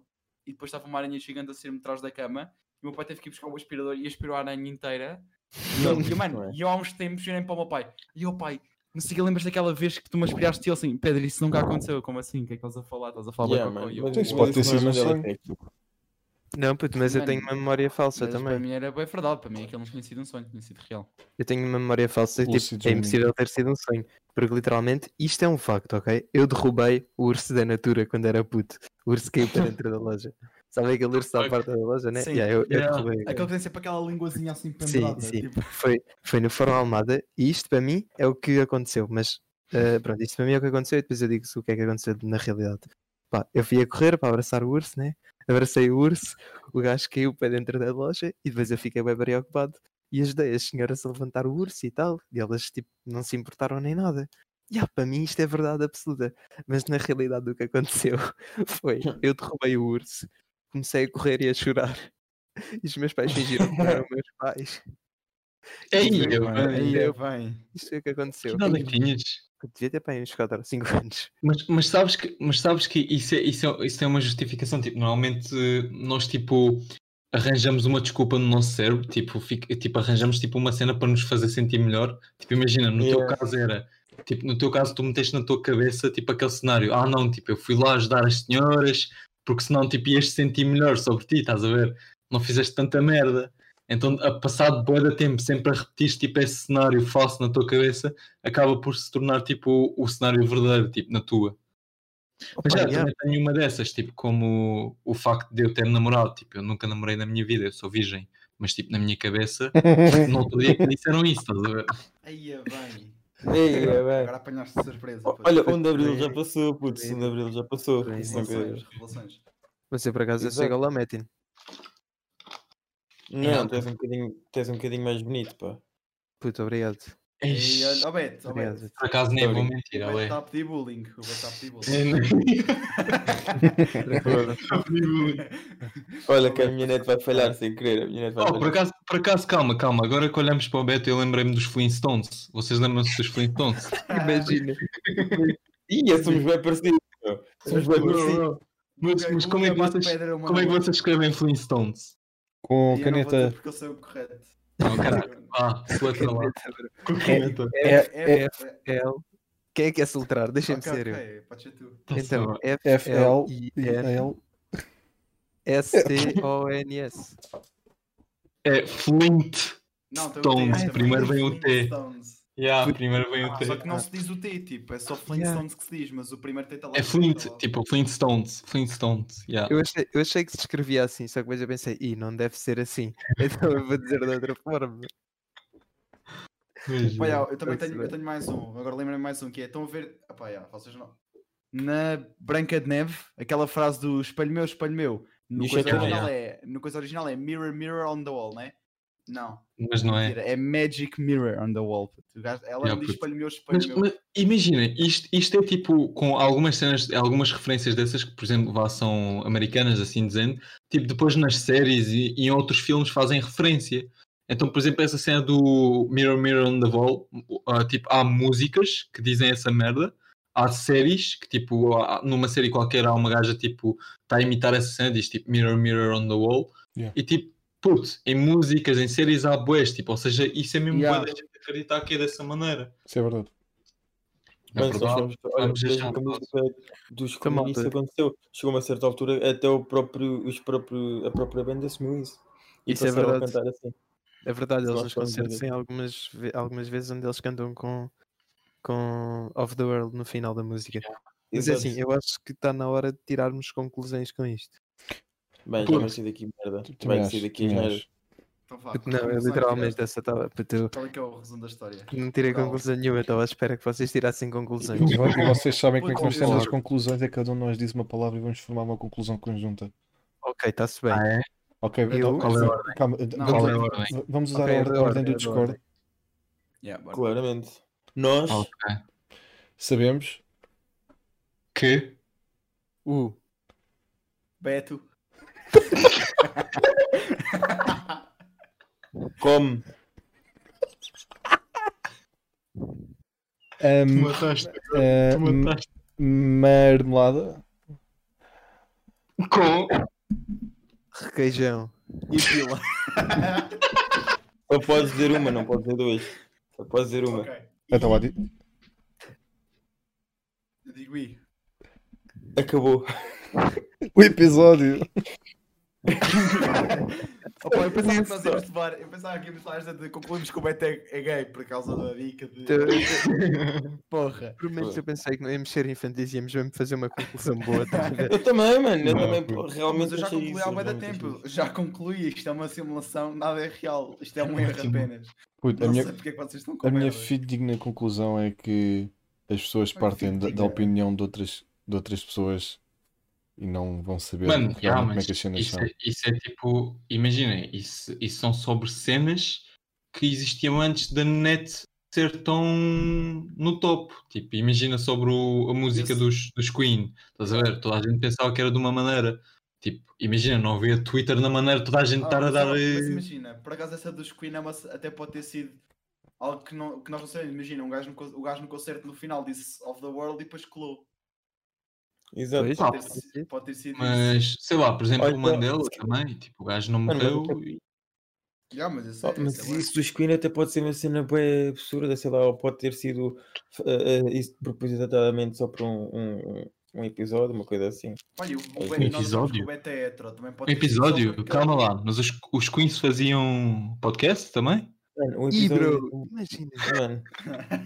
Speaker 5: e depois estava uma aranha gigante a sair-me atrás da cama. E o meu pai teve que ir buscar o aspirador e aspirou a aranha inteira. E eu, e eu,
Speaker 2: é.
Speaker 5: mano, e eu há uns tempos virei para o meu pai. E o pai, não sei que lembras daquela vez que tu me aspiraste e ele assim, Pedro, isso nunca aconteceu. Como assim? O que é que estás a falar? Estás a falar
Speaker 2: Yeah,
Speaker 5: com
Speaker 2: mano.
Speaker 5: eu,
Speaker 2: Mas
Speaker 1: Então isso
Speaker 2: o
Speaker 1: pode ter
Speaker 2: Alisson
Speaker 1: sido um
Speaker 2: Mandela
Speaker 1: sonho.
Speaker 2: Effect.
Speaker 6: Não, puto, mas eu
Speaker 5: Mano,
Speaker 6: tenho uma memória falsa
Speaker 5: Mas
Speaker 6: também.
Speaker 5: Para mim era bem verdade, para mim aquilo não tinha sido um sonho, tinha sido real.
Speaker 6: Eu tenho uma memória falsa e
Speaker 1: Lúcido
Speaker 6: tipo, é
Speaker 1: Dreaming.
Speaker 6: impossível ter sido um sonho. Porque literalmente isto é um facto, ok? Eu derrubei o urso da Natura quando era puto. O urso caiu para dentro da loja. Sabe aquele urso à
Speaker 3: Ok.
Speaker 6: porta da loja, né?
Speaker 5: Sim,
Speaker 6: Yeah, eu, eu
Speaker 3: yeah.
Speaker 6: derrubei.
Speaker 5: Aquele que tem sempre aquela linguazinha assim pendurada.
Speaker 6: pendurada, sim.
Speaker 5: Tipo,
Speaker 6: Foi, foi no Fórum Almada e isto para mim é o que aconteceu. Mas eh, pronto, isto para mim é o que aconteceu e depois eu digo o que é que aconteceu na realidade. Pá, eu fui a correr para abraçar o urso, né? Abracei o urso, o gajo caiu para dentro da loja e depois eu fiquei bem preocupado e ajudei as senhoras a levantar o urso e tal. E elas tipo não se importaram nem nada. E ah, para mim isto é verdade absoluta. Mas na realidade o que aconteceu foi eu derrubei o urso, comecei a correr e a chorar. E os meus pais fingiram que não eram meus pais.
Speaker 3: Ei, eu,
Speaker 5: aí
Speaker 6: eu-
Speaker 5: vem.
Speaker 6: Isto é o que
Speaker 3: que
Speaker 6: aconteceu.
Speaker 3: idade é que tinhas?
Speaker 6: Eu devia ter para aí uns 4 ou 5 anos.
Speaker 3: Mas, mas sabes que, mas sabes que isso, é, isso, é, isso tem uma justificação. Tipo, normalmente eh, nós tipo arranjamos uma desculpa no nosso cérebro, tipo, fica- tipo arranjamos tipo uma cena para nos fazer sentir melhor. Tipo, imagina, no
Speaker 2: Yeah.
Speaker 3: teu caso era, tipo, no teu caso tu meteste na tua cabeça tipo aquele cenário. Ah, não, tipo, eu fui lá ajudar as senhoras, porque senão tipo ias sentir melhor sobre ti, estás a ver? Não fizeste tanta merda. Então, a passado bué de tempo, sempre a repetir tipo esse cenário falso na tua cabeça, acaba por se tornar tipo o cenário verdadeiro, tipo na tua. Mas
Speaker 6: Opa,
Speaker 3: já,
Speaker 6: yeah,
Speaker 3: também tenho uma dessas, tipo, como o facto de eu ter namorado, tipo, eu nunca namorei na minha vida, eu sou virgem, mas tipo, na minha cabeça, no outro dia que me disseram isso, estás a ver?
Speaker 5: Aí vem.
Speaker 2: Ei, é,
Speaker 5: Agora,
Speaker 2: bem.
Speaker 5: agora apanhaste de surpresa.
Speaker 2: O-
Speaker 5: pô.
Speaker 2: Olha, 1 de Abril já passou, putz, 1 de Abril já passou.
Speaker 6: Sim,
Speaker 2: Isso não quer dizer.
Speaker 5: Revelações, revelações.
Speaker 6: Mas eu por acaso eu sou
Speaker 2: Exato.
Speaker 6: galametin.
Speaker 2: Não, tu és um bocadinho, tu és um bocadinho mais bonito, pá.
Speaker 6: Puto, obrigado.
Speaker 5: Ei,
Speaker 3: Ixi,
Speaker 5: olha, ó Beto, ó Beto.
Speaker 6: Obrigado.
Speaker 3: Por acaso nem vou mentir,
Speaker 5: O Beto
Speaker 3: olha.
Speaker 5: está a pedir bullying. O Beto está a pedir bullying.
Speaker 3: É,
Speaker 2: Olha que a minha net vai falhar sem querer. A minha net vai
Speaker 3: Oh, por,
Speaker 2: falhar.
Speaker 3: acaso, por acaso, calma, calma, agora que olhamos para o Beto, eu lembrei-me dos Flintstones. Vocês lembram-se dos Flintstones?
Speaker 6: Imagina.
Speaker 2: Ih, somos bem parecidos. pô. Somos bem parecidos.
Speaker 3: Mas, mas
Speaker 5: um
Speaker 3: como, é que vocês, como é que vocês escrevem Flintstones?
Speaker 1: Com caneta.
Speaker 5: Porque eu sei o correto.
Speaker 3: Não, caralho. Ah, sueta lá.
Speaker 1: É- é-
Speaker 6: FL. Quem é que é soltrar? Deixem-me
Speaker 5: Ok,
Speaker 6: ser eu.
Speaker 5: ok, Pode ser tu.
Speaker 3: Tá
Speaker 6: Então,
Speaker 1: FL.
Speaker 6: F-L-I-N-S-T-O-N-S.
Speaker 1: L.
Speaker 3: É Flint.
Speaker 5: Não, tem o
Speaker 3: Stones,
Speaker 5: T,
Speaker 3: primeiro
Speaker 5: também.
Speaker 3: vem o T.
Speaker 5: Flintstones.
Speaker 3: Yeah, primeiro vem o
Speaker 5: Ah, Só
Speaker 3: T.
Speaker 5: que não se diz o T, tipo, é só Flintstones que se diz, mas o primeiro T está lá.
Speaker 3: É Flint,
Speaker 5: tá lá.
Speaker 3: tipo Flintstones. Flintstones, yeah.
Speaker 6: Eu achei, eu achei que se escrevia assim, só que depois eu pensei, ih, não deve ser assim. Então eu vou dizer de outra forma.
Speaker 3: Mas,
Speaker 5: Pá,
Speaker 3: yeah.
Speaker 5: já, eu também
Speaker 6: Pode
Speaker 5: tenho,
Speaker 6: ser.
Speaker 5: eu tenho mais um, agora lembrei-me mais um que é. Estão a ver. Ah, pá, já, vocês não. Na Branca de Neve, aquela frase do espelho meu, espelho meu. No
Speaker 2: Isso
Speaker 5: coisa,
Speaker 2: é que é,
Speaker 5: original é, no coisa original é Mirror, Mirror on the Wall, né? Não,
Speaker 3: Mas não é.
Speaker 5: mentira, é Magic Mirror on the Wall. puto. O gajo- Ela
Speaker 3: Já,
Speaker 5: me diz
Speaker 3: puto.
Speaker 5: espelho meu, espelho
Speaker 3: Mas,
Speaker 5: meu.
Speaker 3: mas imagina, isto, isto é tipo com algumas cenas, algumas referências dessas que, por exemplo, vá, são americanas, assim dizendo, tipo depois nas séries e, e em outros filmes fazem referência. Então, por exemplo, essa cena do Mirror Mirror on the Wall, ah, tipo, há músicas que dizem essa merda, há séries que, tipo, há- numa série qualquer há uma gaja, tipo, está a imitar essa cena, diz tipo Mirror Mirror on the Wall,
Speaker 1: Yeah.
Speaker 3: e tipo, putz, em músicas, em séries há boés, tipo, ou seja, isso é mesmo
Speaker 5: Yeah.
Speaker 3: yeah. de acreditar que é dessa maneira.
Speaker 1: Isso é verdade.
Speaker 3: É
Speaker 2: Mano,
Speaker 3: verdade.
Speaker 2: somos- olha,
Speaker 3: vamos
Speaker 2: mesmo
Speaker 3: deixar
Speaker 2: com a
Speaker 3: nós.
Speaker 2: música dos
Speaker 6: Então,
Speaker 2: comunistas
Speaker 6: malta.
Speaker 2: isso aconteceu. Chegou a uma certa altura, até o próprio, os próprio, a própria banda assumiu isso. E
Speaker 6: Isso é
Speaker 2: passaram a
Speaker 6: verdade.
Speaker 2: cantar assim.
Speaker 6: É verdade, eles
Speaker 2: Nós
Speaker 6: nos
Speaker 2: somos amigos.
Speaker 6: concertos têm algumas, ve- algumas vezes onde eles cantam com, com Of the World no final da música. Mas é
Speaker 2: Exato.
Speaker 6: assim, eu acho que está na hora de tirarmos conclusões com isto.
Speaker 2: Bem, já
Speaker 3: Puto.
Speaker 2: vai sair daqui merda.
Speaker 1: Também
Speaker 2: Vai
Speaker 1: acho,
Speaker 2: sair daqui
Speaker 1: também
Speaker 2: merda.
Speaker 1: acho.
Speaker 5: Então vá,
Speaker 6: Porque não, eu
Speaker 5: conclusões.
Speaker 6: literalmente essa é estava. Eu
Speaker 5: Qual é que é o resumo da história?
Speaker 6: não tirei
Speaker 5: Legal.
Speaker 6: conclusão nenhuma, estava à espera que vocês tirassem conclusões.
Speaker 1: E vai que vocês sabem como é que nós temos as
Speaker 6: Concordo.
Speaker 1: conclusões, é cada um de nós diz uma palavra e vamos formar uma conclusão conjunta.
Speaker 6: ok, está-se bem.
Speaker 3: Ah, é?
Speaker 1: Ok, então,
Speaker 3: Qual é a
Speaker 1: calma,
Speaker 3: Qual
Speaker 1: vamos,
Speaker 3: é a ordem?
Speaker 1: vamos usar
Speaker 6: Ok,
Speaker 1: a
Speaker 6: é
Speaker 1: ordem,
Speaker 6: da
Speaker 1: a
Speaker 6: ordem,
Speaker 1: ordem do
Speaker 6: é da
Speaker 1: Discord.
Speaker 6: ordem.
Speaker 5: Yeah, bora.
Speaker 2: Claramente. Nós,
Speaker 3: Ok.
Speaker 1: Sabemos.
Speaker 3: Que?
Speaker 6: Uh,
Speaker 5: Beto.
Speaker 2: como
Speaker 1: ahm,
Speaker 3: mataste.
Speaker 1: ah, m- marmelada.
Speaker 3: Com.
Speaker 6: requeijão.
Speaker 5: E pila.
Speaker 2: Só podes dizer uma, não podes dizer duas. Só podes dizer uma.
Speaker 5: Ok.
Speaker 1: Então, vá, di-
Speaker 5: Eu digo I.
Speaker 2: Acabou.
Speaker 1: o episódio.
Speaker 5: Opa, eu pensava que nós
Speaker 2: Isso.
Speaker 5: íamos levar. Eu pensava que íamos levar esta de concluirmos que o Beto é, é gay por causa da dica de. Porra.
Speaker 6: Pelo menos eu pensei que não íamos ser infantis, íamos mesmo fazer uma conclusão boa. estás a ver?
Speaker 2: Eu também, mano. Eu
Speaker 3: Não,
Speaker 2: também
Speaker 3: pô.
Speaker 2: realmente
Speaker 5: Mas eu já
Speaker 2: achei
Speaker 5: concluí
Speaker 2: isso,
Speaker 5: há bué de
Speaker 2: realmente achei
Speaker 5: tempo.
Speaker 2: isso.
Speaker 5: Já concluí. Isto é uma simulação, nada é real. Isto é um erro
Speaker 3: Ótimo.
Speaker 5: apenas.
Speaker 1: Puto, a
Speaker 5: Não
Speaker 1: minha,
Speaker 5: sei porque é que vocês estão com
Speaker 1: a minha
Speaker 5: merdas.
Speaker 1: fidedigna conclusão é que as pessoas
Speaker 5: Mas
Speaker 1: partem da, da
Speaker 5: fidedigna.
Speaker 1: opinião de outras, de outras pessoas e não vão saber
Speaker 3: Mano,
Speaker 1: realmente
Speaker 3: ah,
Speaker 1: como é
Speaker 3: mas
Speaker 1: que as cenas
Speaker 3: isso,
Speaker 1: são.
Speaker 3: é, isso é tipo, imaginem, isso, isso são sobre cenas que existiam antes da net ser tão no top. Tipo, imagina sobre o- a música
Speaker 5: Esse-
Speaker 3: dos, dos Queen, estás a ver? Toda a gente pensava que era de uma maneira. Tipo, imagina, não havia Twitter na maneira toda a
Speaker 5: Ah,
Speaker 3: gente estar a
Speaker 5: mas
Speaker 3: dar.
Speaker 5: eu- Mas
Speaker 3: eh,
Speaker 5: imagina, por acaso essa dos Queen é uma ce- até pode ter sido algo que, não, que nós não sabemos. Imagina, um gajo no, co- o gajo no concerto no final disse Of the World e depois colou.
Speaker 2: Exato.
Speaker 6: Pois,
Speaker 3: Ah,
Speaker 5: Pode ter,
Speaker 6: Tá, pode
Speaker 5: si-
Speaker 6: ser.
Speaker 5: pode ter sido isso.
Speaker 3: Mas, sei lá, por exemplo,
Speaker 2: Olha,
Speaker 3: o Mandela também, tipo, o gajo não
Speaker 2: Mano, mas-
Speaker 3: morreu e
Speaker 5: Já, mas isso,
Speaker 2: Oh,
Speaker 5: é-
Speaker 2: mas
Speaker 5: isso é bué.
Speaker 2: isso dos Queen até pode ser uma cena bem absurda, sei lá, ou pode ter sido eh, eh, isso propositadamente só para um, um, um episódio, uma coisa assim.
Speaker 5: Olha, o, o,
Speaker 2: Um
Speaker 5: Ben- nós achamos que
Speaker 3: É episódio?
Speaker 5: o Beto é hetero, também pode
Speaker 3: Um
Speaker 5: ter sido só
Speaker 3: episódio,
Speaker 5: porque-
Speaker 3: calma lá, mas os, os Queens faziam podcast também?
Speaker 2: Mano, um
Speaker 6: Ih,
Speaker 2: episódio.
Speaker 6: bro, imagina.
Speaker 2: Mano.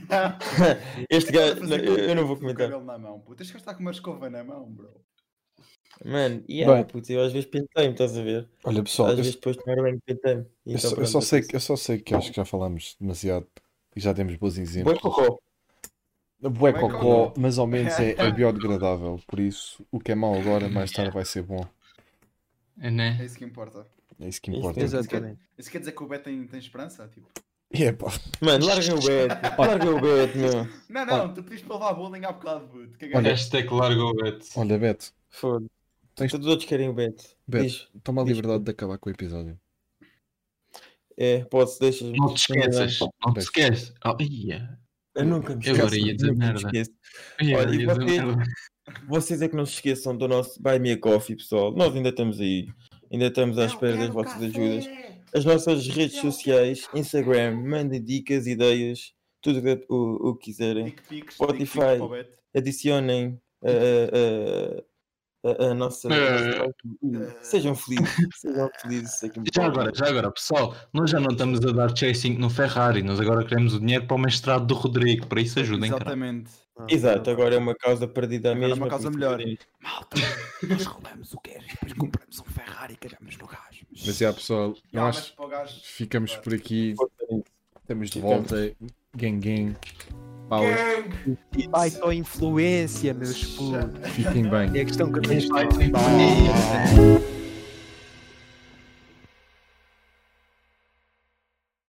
Speaker 2: este
Speaker 3: tá
Speaker 2: gajo. não, eu, eu não vou
Speaker 5: Com o
Speaker 2: comentar.
Speaker 5: cabelo na mão, puto. Tens que estar com uma escova na mão, bro.
Speaker 2: Mano, e yeah,
Speaker 1: Bem.
Speaker 2: putz, eu às vezes pentei-me, estás a ver?
Speaker 1: Olha, pessoal, eu,
Speaker 2: às vezes depois de tomar banho pentei-me. E
Speaker 1: eu
Speaker 2: então
Speaker 1: só, eu,
Speaker 2: pronto,
Speaker 1: só
Speaker 2: é
Speaker 1: sei,
Speaker 2: isso.
Speaker 1: eu só sei que acho que já falámos demasiado e já demos bons
Speaker 2: Boi
Speaker 1: exemplos.
Speaker 2: cocó.
Speaker 1: Bué
Speaker 5: Bué
Speaker 1: cocó,
Speaker 5: cocó.
Speaker 1: mas ao menos é, é biodegradável, por isso o que é mau agora, mais tarde vai ser bom.
Speaker 3: É, né?
Speaker 5: É isso que importa.
Speaker 1: É isso que
Speaker 2: Isso
Speaker 1: importa.
Speaker 2: mesmo.
Speaker 6: Exatamente.
Speaker 5: Isso quer dizer que o Beto tem, tem esperança? Tipo...
Speaker 1: E é, pá,
Speaker 2: Mano, larga o bet, larga o bet, meu.
Speaker 5: Não, não, tu pediste para levar a bowling há bocado, puto. Que
Speaker 1: Olha.
Speaker 3: Hashtag larga o bet.
Speaker 1: olha, Beto,
Speaker 2: Foda-se.
Speaker 1: Tens-
Speaker 2: Todos os outros querem o bet.
Speaker 1: Bet.
Speaker 2: Diz.
Speaker 1: toma a
Speaker 2: Diz,
Speaker 1: liberdade de acabar com o episódio.
Speaker 2: É, posso, deixas-me.
Speaker 3: Não te esqueças, não te
Speaker 1: Beijo.
Speaker 3: esqueças. Oh, ia.
Speaker 2: Eu nunca me
Speaker 3: Eu
Speaker 2: esqueço.
Speaker 3: agora ia dizer
Speaker 2: nunca me
Speaker 3: merda.
Speaker 2: esqueço.
Speaker 3: Ia,
Speaker 2: Olha, e
Speaker 3: ia dizer um
Speaker 2: vocês?
Speaker 3: merda.
Speaker 2: Vocês é que não se esqueçam do nosso Buy Me a Coffee, pessoal. Nós ainda estamos aí. Ainda estamos à espera das vossas ajudas. As nossas redes sociais, Instagram, mandem dicas, ideias, tudo o- o, o que quiserem.
Speaker 5: é Dick pics,
Speaker 2: Spotify.
Speaker 5: dick pics para o Beto.
Speaker 2: Adicionem eh, eh, a, a nossa.
Speaker 3: Eh.
Speaker 2: Sejam felizes. Sejam felizes. isso é que
Speaker 3: Já
Speaker 2: importa.
Speaker 3: agora, já agora, pessoal, nós já não estamos a dar chasing no Ferrari, nós agora queremos o dinheiro para o mestrado do Rodrigo, para isso ajudem, cara.
Speaker 5: Exatamente.
Speaker 2: Exato, agora é uma causa perdida
Speaker 5: Agora é
Speaker 2: mesmo.
Speaker 5: uma causa melhor. Malta, nós roubamos o queijo, depois compramos um Ferrari e cagamos no gajo.
Speaker 1: Mas é, pessoal,
Speaker 5: Não,
Speaker 1: nós
Speaker 5: mas para o gajo.
Speaker 1: ficamos por aqui. Estamos de
Speaker 2: Ficamos.
Speaker 1: volta. Gang, gang. Power.
Speaker 6: Ai, só influência, meus putos.
Speaker 1: Fiquem bem.
Speaker 6: É a questão que eu tenho.
Speaker 3: Vai, tem que-